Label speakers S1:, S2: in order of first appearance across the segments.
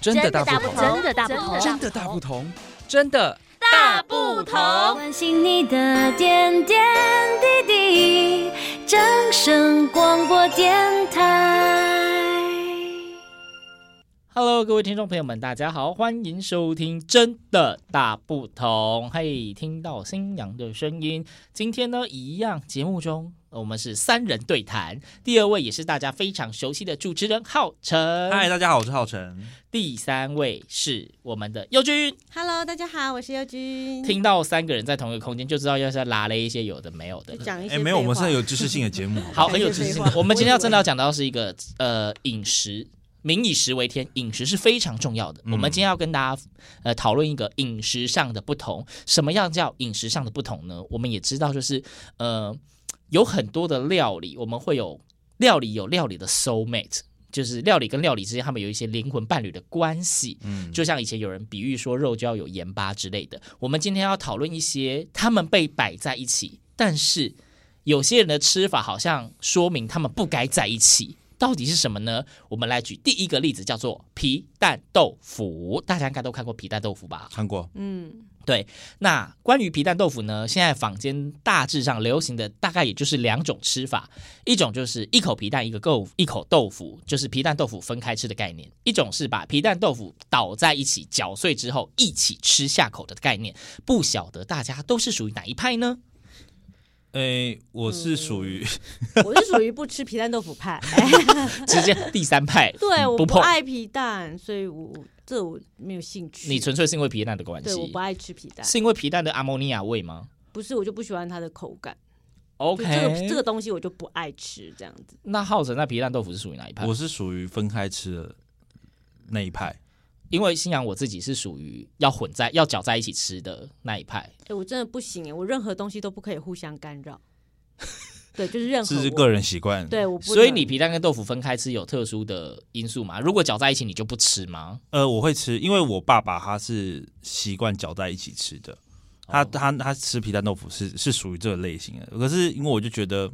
S1: 真的大不
S2: 不
S1: 同，
S2: 同
S3: 真的大不同，
S1: 真的大不同，真的
S3: 大不同。
S2: 关心你的点点滴滴，掌声广播电台。
S4: Hello，各位听众朋友们，大家好，欢迎收听《真的大不同》。嘿，听到新娘的声音，今天呢，一样节目中呃我们是三人对谈，第二位也是大家非常熟悉的主持人浩辰，
S5: 嗨，，大家好，我是浩辰。
S4: 第三位是我们的佑君。
S3: Hello，大家好，我是佑君。
S4: 听到三个人在同一个空间，就知道要是要拉了一些有的没有的
S3: 就。讲一
S5: 哎、
S3: 些废话，
S5: 没有，我们是很有知识性的节目，好不好
S4: 好，很有知识性的。我们今天要真的要讲到是一个呃饮食，民以食为天，饮食是非常重要的。
S5: 嗯
S4: 我们今天要跟大家呃讨论一个饮食上的不同，什么样叫饮食上的不同呢？我们也知道，就是呃有很多的料理，我们会有料理有料理的 soul mate，就是料理跟料理之间他们有一些灵魂伴侣的关系。
S5: 嗯，
S4: 就像以前有人比喻说肉就要有盐巴之类的。我们今天要讨论一些他们被摆在一起，但是有些人的吃法好像说明他们不该在一起。到底是什么呢？我们来举第一个例子，叫做皮蛋豆腐。大家应该都看过皮蛋豆腐吧？
S5: 韩国
S3: 嗯，
S4: 那关于皮蛋豆腐呢，现在坊间大致上流行的大概也就是两种吃法，一种就是一口皮蛋一个豆一口豆腐，就是皮蛋豆腐分开吃的概念；一种是把皮蛋豆腐倒在一起搅碎之后一起吃下口的概念。不晓得大家都是属于哪一派呢？
S5: 哎、我是属于、
S3: 我是属于不吃皮蛋豆腐派。，
S4: 直接第三派
S3: 对，
S4: 嗯
S3: 我
S4: 不
S3: 不
S4: 碰。
S3: 爱皮蛋，所以我这我没有兴趣。
S4: 你纯粹是因为皮蛋的关
S3: 对，我
S4: 系
S3: 不，爱吃皮蛋，
S4: 是因为皮蛋的阿莫尼亚味吗
S3: 不是我就不喜欢它的口感。就
S4: ？OK，
S3: 这个这个东西我就不爱吃，这样子。
S4: 那浩辰那皮蛋豆腐是属于哪一派？
S3: 嗯
S5: 我是属于分开吃的那一派。
S4: 因为新阳我自己是属于要混在要搅在一起吃的那一派。
S3: 哎、我真的不行哎，我任何东西都不可以互相干扰。对，就是任何
S5: 这是
S3: 我
S5: 个人习惯。，
S3: 对，我不
S4: 所以
S3: 能
S4: 你皮蛋跟豆腐分开吃有特殊的因素吗？如果搅在一起你就不吃吗？
S5: 呃，我会吃，因为我爸爸他是习惯搅在一起吃的，他、
S4: 哦
S5: 他他吃皮蛋豆腐是是属于这个类型的。可是因为我就觉得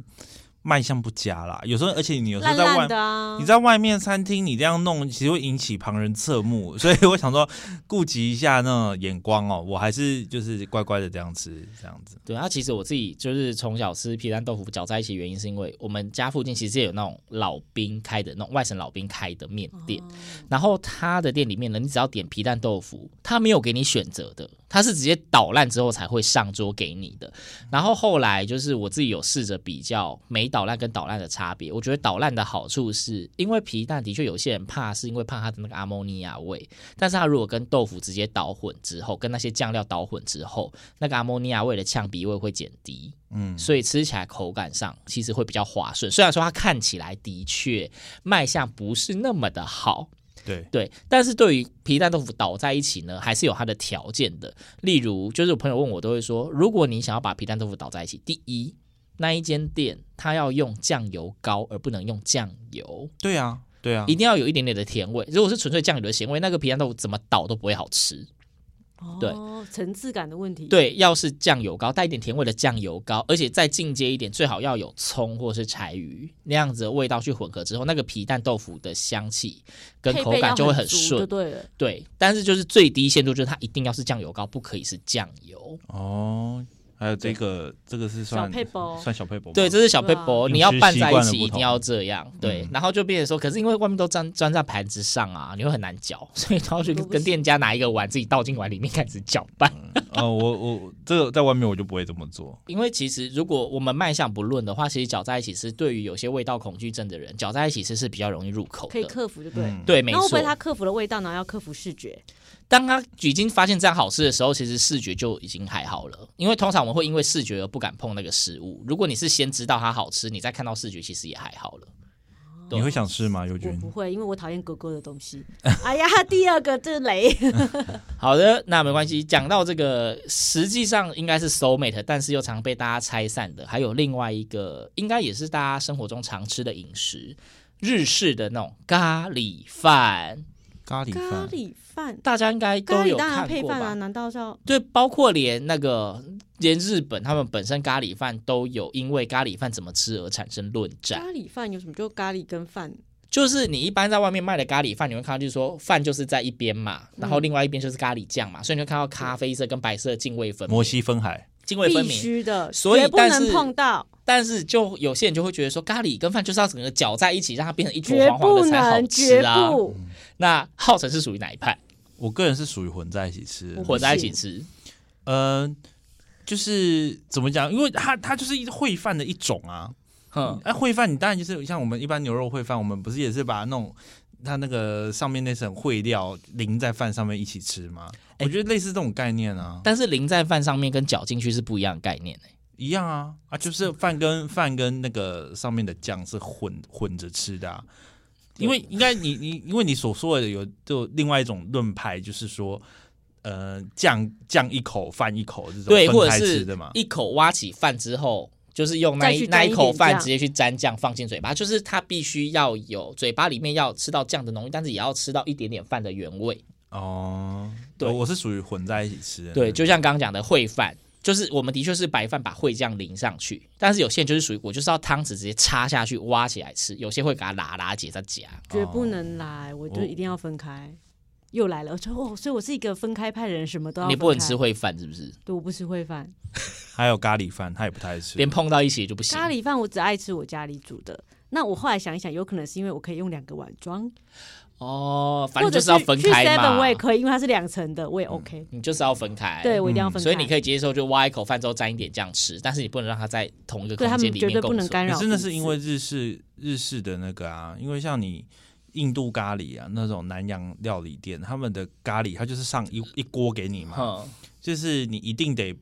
S5: 卖相不佳啦，有时候而且你有时候
S3: 烂
S5: 在外
S3: 烂的啊，
S5: 你在外面餐厅，你这样弄，其实会引起旁人侧目， 所以我想说，顾及一下那种眼光哦，我还是就是乖乖的这样吃，这样子。
S4: 对啊，其实我自己就是从小吃皮蛋豆腐搅在一起，原因是因为我们家附近其实也有那种老兵开的那种外省老兵开的面店，然后他的店里面呢，你只要点皮蛋豆腐，他没有给你选择的，他是直接捣烂之后才会上桌给你的。然后后来就是我自己有试着比较没捣烂跟捣烂的差别，我觉得捣烂的好处是因为皮蛋的确有些人怕是因为怕它的那个阿莫尼亚味，但是它如果跟豆腐直接捣混之后，跟那些酱料捣混之后，那个阿莫尼亚味的呛鼻味会减低。
S5: 嗯，
S4: 所以吃起来口感上其实会比较滑顺，虽然说它看起来的确卖相不是那么的好，
S5: 对，
S4: 对，但是对于皮蛋豆腐倒在一起呢，还是有它的条件的。例如，就是我朋友问我，都会说，如果你想要把皮蛋豆腐倒在一起，第一，那一间店它要用酱油膏，而不能用酱油，
S5: 对啊，对啊
S4: 一，定要有一点点的甜味。如果是纯粹酱油的咸味，那个皮蛋豆腐怎么倒都不会好吃。对
S3: 哦，层次感的问题。，
S4: 对，要是酱油膏，带一点甜味的酱油膏，而且再进阶一点，最好要有葱或是柴鱼那样子的味道去混合之后，那个皮蛋豆腐的香气跟
S3: 配
S4: 口
S3: 备
S4: 感
S3: 要
S4: 就会
S3: 很
S4: 很
S3: 足
S4: 顺
S3: 就。对了。
S4: 对，但是就是最低限度就是它一定要是酱油膏，不可以是酱油。
S5: 哦，还有这个，这个是算
S3: 小配包
S5: 算小配包吗，
S4: 对，这是小
S3: 对
S4: 配
S3: 啊
S4: 博，
S5: 饮
S4: 你要
S5: 食
S4: 拌
S5: 习
S4: 在一
S5: 惯的
S4: 起
S5: 不
S4: 一定
S5: 同
S4: 要这样。对，
S5: 嗯
S4: 然后就变成说，可是因为外面都粘粘在盘子上啊，你会很难搅， 所以他要去
S3: 都不
S4: 跟
S3: 行
S4: 店家拿一个碗，自己倒进碗里面开始搅拌。
S5: 哦，我我这个在外面我就不会这么做。
S4: 因为其实如果我们卖相不论的话，其实搅在一起吃，对于有些味道恐惧症的人，搅在一起吃是比较容易入口
S3: 可以
S4: 的。
S3: 克服就对。
S5: 嗯
S4: 对，没
S3: 那会不
S4: 错
S3: 会。他克服了味道，然后要克服视觉？
S4: 当他已经发现这样好吃的时候，其实视觉就已经还好了。因为通常我们会因为视觉而不敢碰那个食物。如果你是先知道它好吃，你再看到视觉，其实也还好了。对
S5: 你会想吃吗，尤
S3: 我
S5: 军？
S3: 不会，因为我讨厌狗狗的东西。 哎呀，第二个这是雷，
S4: 好的，那没关系。讲到这个，实际上应该是 soul mate，但是又常被大家拆散的，还有另外一个，应该也是大家生活中常吃的饮食，日式的那种咖喱饭，
S5: 咖喱
S3: 咖
S5: 饭，
S3: 喱饭，
S4: 大家应该
S3: 咖
S4: 都
S3: 喱
S4: 有
S3: 当然
S4: 看
S3: 配
S4: 过
S3: 饭啊，
S4: 吧？
S3: 难道是要？
S4: 对，包括连那个连日本他们本身咖喱饭都有因为咖喱饭怎么吃而产生论
S3: 咖
S4: 战。
S3: 喱饭有什么？就咖喱跟饭，
S4: 就是你一般在外面卖的咖喱饭，你会看到就是说饭就是在一边嘛，然
S3: 嗯
S4: 后另外一边就是咖喱酱嘛，所以你会看到咖啡色跟白色的泾渭分
S5: 摩
S4: 明，
S5: 西分海，
S4: 泾渭分
S3: 必
S4: 明。
S3: 须的，
S4: 所以
S3: 绝不
S4: 但
S3: 能
S4: 是
S3: 碰到，
S4: 但是就有些人就会觉得说，咖喱跟饭就是要整个搅在一起，让它变成一坨
S3: 绝
S4: 黄黄
S3: 不
S4: 的才好
S3: 能，
S4: 吃
S3: 绝
S4: 啊。
S3: 不。
S4: 那浩辰是属于哪一派？
S5: 我个人是属于混在一起吃的，
S4: 混在一起吃，
S5: 呃，就是怎么讲？因为它它就是一烩饭的一种啊。
S4: 哼，
S5: 那烩饭你当然就是像我们一般牛肉烩饭，我们不是也是把那种它那个上面那层烩料淋在饭上面一起吃吗？
S4: 哎
S5: 我觉得类似这种概念啊，
S4: 但是淋在饭上面跟搅进去是不一样的概念、欸、
S5: 一样啊啊，就是饭跟饭跟那个上面的酱是混混着吃的、啊。因为应该你你因为你所说的有就另外一种论派，就是说，呃，酱酱一口饭一口这种
S4: 对，或
S5: 分
S4: 者
S5: 开吃
S4: 是
S5: 的嘛，
S4: 一口挖起饭之后，就是用那
S3: 再
S4: 一
S3: 去
S4: 那
S3: 沾
S4: 一
S3: 一
S4: 口
S3: 点
S4: 饭
S3: 酱
S4: 直接去沾酱放进嘴巴，就是它必须要有嘴巴里面要吃到酱的浓郁，但是也要吃到一点点饭的原味。
S5: 哦，
S4: 对
S5: 我是属于混在一起吃的那种。
S4: 对，就像刚刚讲的烩饭，就是我们的确是白饭把烩酱淋上去，但是有些人就是属于我就是要汤匙直接插下去挖起来吃，有些会给它拉拉姐在夹。
S3: 绝不能来，我就
S5: 我
S3: 一定要分开。又来了，我说哦，所以我是一个分开派的人，什么都要。
S4: 你不能吃，烩饭是不是？
S3: 对，我不吃烩饭，
S5: 还有咖喱饭，他也不太爱吃。
S4: 连碰到一起就不行。
S3: 咖喱饭我只爱吃我家里煮的。那我后来想一想，有可能是因为我可以用两个碗装，
S4: 哦，反
S3: 或者
S4: 正就是要分
S3: 去
S4: 开
S3: seven
S4: 嘛
S3: 我，也可以，因为它是两层的，我也 OK。
S4: 你就是要分开。
S3: 对，我一定要分开。
S4: 哎嗯所以你可以接受，就挖一口饭之后沾一点酱吃，但是你不能让它在同一个
S3: 对他
S4: 空
S3: 们
S4: 间里
S3: 绝
S4: 面
S3: 对不
S4: 共
S3: 能
S4: 存。
S3: 干
S5: 可
S3: 扰彼此。
S5: 是那是因为日式日式的那个啊，因为像你印度咖喱啊那种南洋料理店，他们的咖喱它就是上一一锅给你嘛，
S4: 哼，
S5: 就是你一定得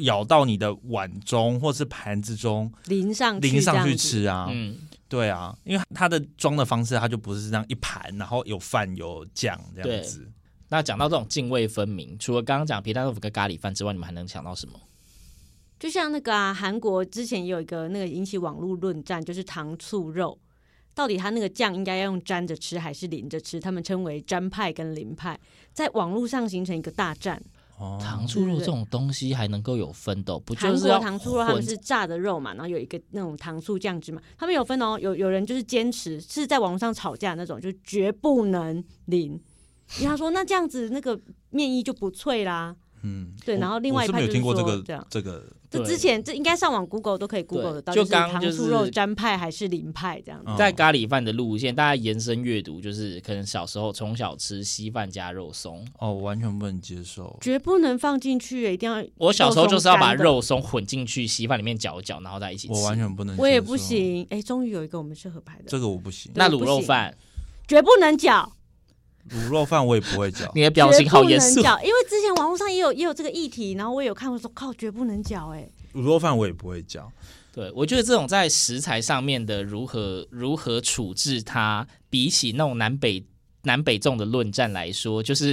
S5: 舀到你的碗中或是盘子中
S3: 淋上
S5: 淋上
S3: 这
S5: 去
S3: 样子，
S5: 吃啊。
S4: 嗯，
S5: 对啊，因为它的装的方式，它就不是这样一盘，然后有饭有酱这样子。
S4: 那讲到这种泾渭分明，除了刚刚讲皮蛋豆腐跟咖喱饭之外，你们还能想到什么？
S3: 就像那个啊，韩国之前也有一个那个引起网络论战，就是糖醋肉，到底它那个酱应该要用沾着吃还是淋着吃？他们称为沾派跟淋派，在网络上形成一个大战。
S5: 哦，
S4: 糖醋肉这种东西还能够有分的哦，不
S3: 韩
S4: 就是
S3: 国
S4: 要
S3: 糖醋肉他
S4: 混
S3: 们是炸的肉嘛，然后有一个那种糖醋酱汁嘛，他们有分哦，有有人就是坚持是在网络上吵架那种，就绝不能淋，因为他说那这样子那个面衣就不脆啦。
S5: 嗯，
S3: 对，然后另外
S5: 我
S3: 一
S5: 是
S3: 派
S5: 没有
S3: 就是
S5: 听过这
S3: 说
S5: 个
S3: 这样。
S5: 这个
S3: 这
S4: 对
S3: 之前这应该上网 Google 都可以 Google 得到，
S4: 就是刚
S3: 糖
S4: 就
S3: 醋肉
S4: 是
S3: 沾派还是淋派这样子。
S5: 哦
S4: 在咖喱饭的路线，大家延伸阅读，就是可能小时候从小吃稀饭加肉松。
S5: 哦，我完全不能接受。
S3: 绝不能放进去，一定要。
S4: 我小时候就是要把，肉松混进去稀饭里面搅一搅，然后再一起吃。
S5: 我完全不能，
S3: 我也不，行。哎，终于有一个我们是合拍的，
S5: 这个我不行。
S4: 那卤肉饭，，
S3: 绝不能搅，
S5: 卤肉饭我也不会叫
S4: 你的表情好严肃
S3: 绝不能。搅，因为之前网络上也有也有这个议题，然后我也有看过说，靠，绝不能搅，哎，
S5: 卤肉饭我也不会叫。
S4: 对，我觉得这种在食材上面的如何如何处置它，比起那种南北南北粽的论战来说，就是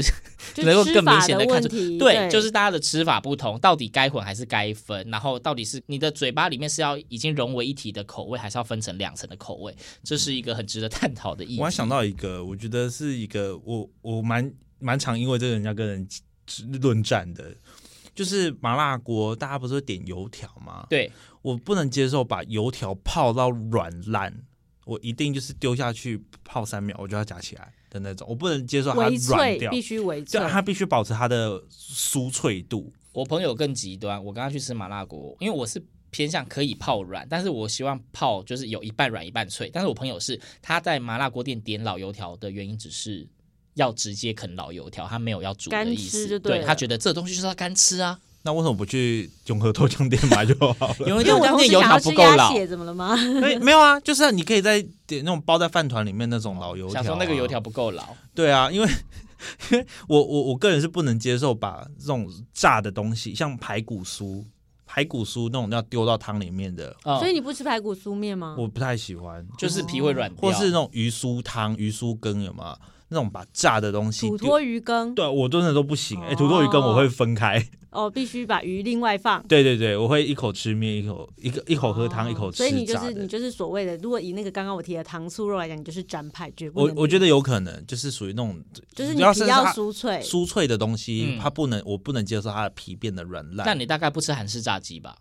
S3: 就
S4: 能够
S3: 吃
S4: 更明
S3: 法
S4: 显地看
S3: 问
S4: 出
S3: 题，
S4: 对，
S3: 对，
S4: 就是大家的吃法不同，到底该混还是该分，然后到底是你的嘴巴里面是要已经融为一体的口味，还是要分成两层的口味，这是一个很值得探讨的议题。
S5: 我还想到一个，我觉得是一个我我蛮蛮常因为这个人家跟人论战的，就是麻辣锅，大家不是会点油条吗？
S4: 对，
S5: 我不能接受把油条泡到软烂，我一定就是丢下去泡三秒，我就要夹起来的那种，我不能接受它
S3: 微
S5: 软
S3: 脆
S5: 掉，
S3: 必须微脆
S5: 就。它必须保持它的酥脆度。
S4: 我朋友更极端，我跟他去吃麻辣锅，因为我是偏向可以泡软，但是我希望泡就是有一半软一半脆。但是我朋友是他在麻辣锅店点老油条的原因只是。要直接啃老油条，他没有要煮的
S3: 干
S4: 意
S3: 吃
S4: 思，
S3: 就对
S4: 对
S3: 了
S4: 他觉得这东西就是要干吃啊，
S5: 那为什么不去永和豆浆店买就好了？
S4: 因为
S3: 因为我
S4: 这家
S3: 同时
S4: 店
S3: 想
S4: 油条
S3: 要
S4: 不
S3: 吃
S4: 够
S3: 鸭
S4: 老，
S3: 血，怎么了吗？
S5: 没没有啊，就是你可以在点那种包在饭团里面那种老油条、啊
S4: 想说那个油条，不够老，
S5: 对啊，因为 因为我我我个人是不能接受把这种炸的东西，像排骨酥、排骨酥那种要丢到汤里面的，
S4: 嗯
S3: 所以你不吃排骨酥面吗？
S5: 哦我不太喜欢，
S4: 就是皮会软掉，
S5: 或是那种鱼酥汤、鱼酥羹有吗？那种把炸的东西
S3: 土
S5: 丢。
S3: 托鱼羹
S5: 对，啊我真的都不行。哎、土豆鱼羹我会分开。
S3: 哦，必须把鱼另外放。哦
S5: 对对对，我会一口吃面，一口一个一口喝汤，一口吃
S3: 所以你就
S5: 炸
S3: 是
S5: 的
S3: 你。就是所谓的，如果以那个刚刚我提的糖醋肉来讲，你就是沾派，绝不
S5: 我
S3: 能
S5: 我觉
S3: 淋
S5: 得有可能，就是属于那种，
S3: 就是你
S5: 只要
S3: 皮
S5: 是
S3: 要
S5: 它
S3: 酥脆，
S5: 酥脆的东西，
S4: 嗯
S5: 它不能，我不能接受它的皮变得软烂。
S4: 但你大概不吃韩式炸鸡吧？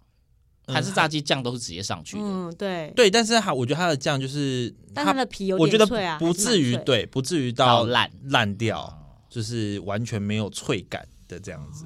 S4: 韩式炸鸡酱都是直接上去的。
S3: 嗯，对，
S5: 对，但是它我觉得它的酱就是
S3: 但它的皮有
S5: 我觉
S3: 点
S5: 得
S3: 脆啊，
S5: 不
S3: 还是蛮
S5: 至于
S3: 脆，
S5: 对，不至于
S4: 到
S5: 到
S4: 烂
S5: 烂掉，就是完全没有脆感的这样子。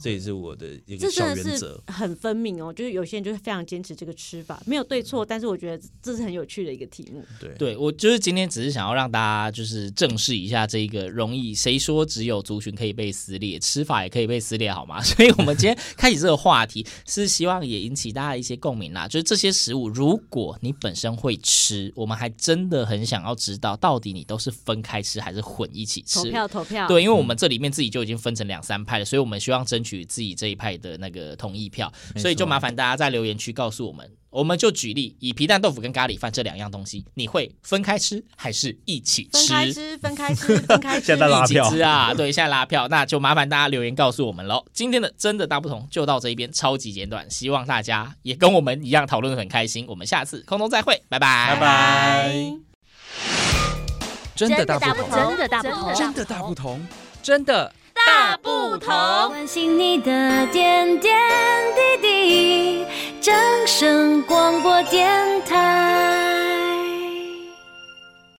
S5: 这也是我的一个
S3: 哦这
S5: 小
S3: 真的
S5: 原
S3: 是
S5: 则。
S3: 很分明哦。就是有些人就是非常坚持这个吃法，没有对错，
S5: 嗯
S3: 但是我觉得这是很有趣的一个题目。
S5: 对
S4: 对我就是今天只是想要让大家就是正视一下这一个容易，谁说只有族群可以被撕裂，吃法也可以被撕裂，好吗？ 所以我们 今天开启这个话题，是希望也引起大家一些共鸣啦。就是这些食物，如果你本身会吃，我们还真的很想要知道，到底你都是分开吃还是混一起吃
S3: 投？票，投票，
S4: 对，因为我
S5: 嗯
S4: 们这里面自己就已经分成两三派了，所以我们希望争取自己这一派的那个同意票，
S5: 没
S4: 所以就
S5: 错
S4: 麻烦大家在留言区告诉我们。我们就举例，以皮蛋豆腐跟咖喱饭这两样东西，你会分开吃还是一起
S3: 分
S4: 吃？
S3: 开吃，分开吃，分开吃
S5: 现在。拉
S4: 一起
S5: 票
S4: 吃啊！对，现在拉票，那就麻烦大家留言告诉我们喽。今天的真的大不同就到这一边，超级简短，希望大家也跟我们一样讨论得很开心。我们下次空中再会，拜拜，
S5: 拜拜。
S1: 真的大不同，
S2: 真的大不同，
S1: 真的大不同，真的。
S2: 大不同。关心你的点点滴滴，掌声广播电台。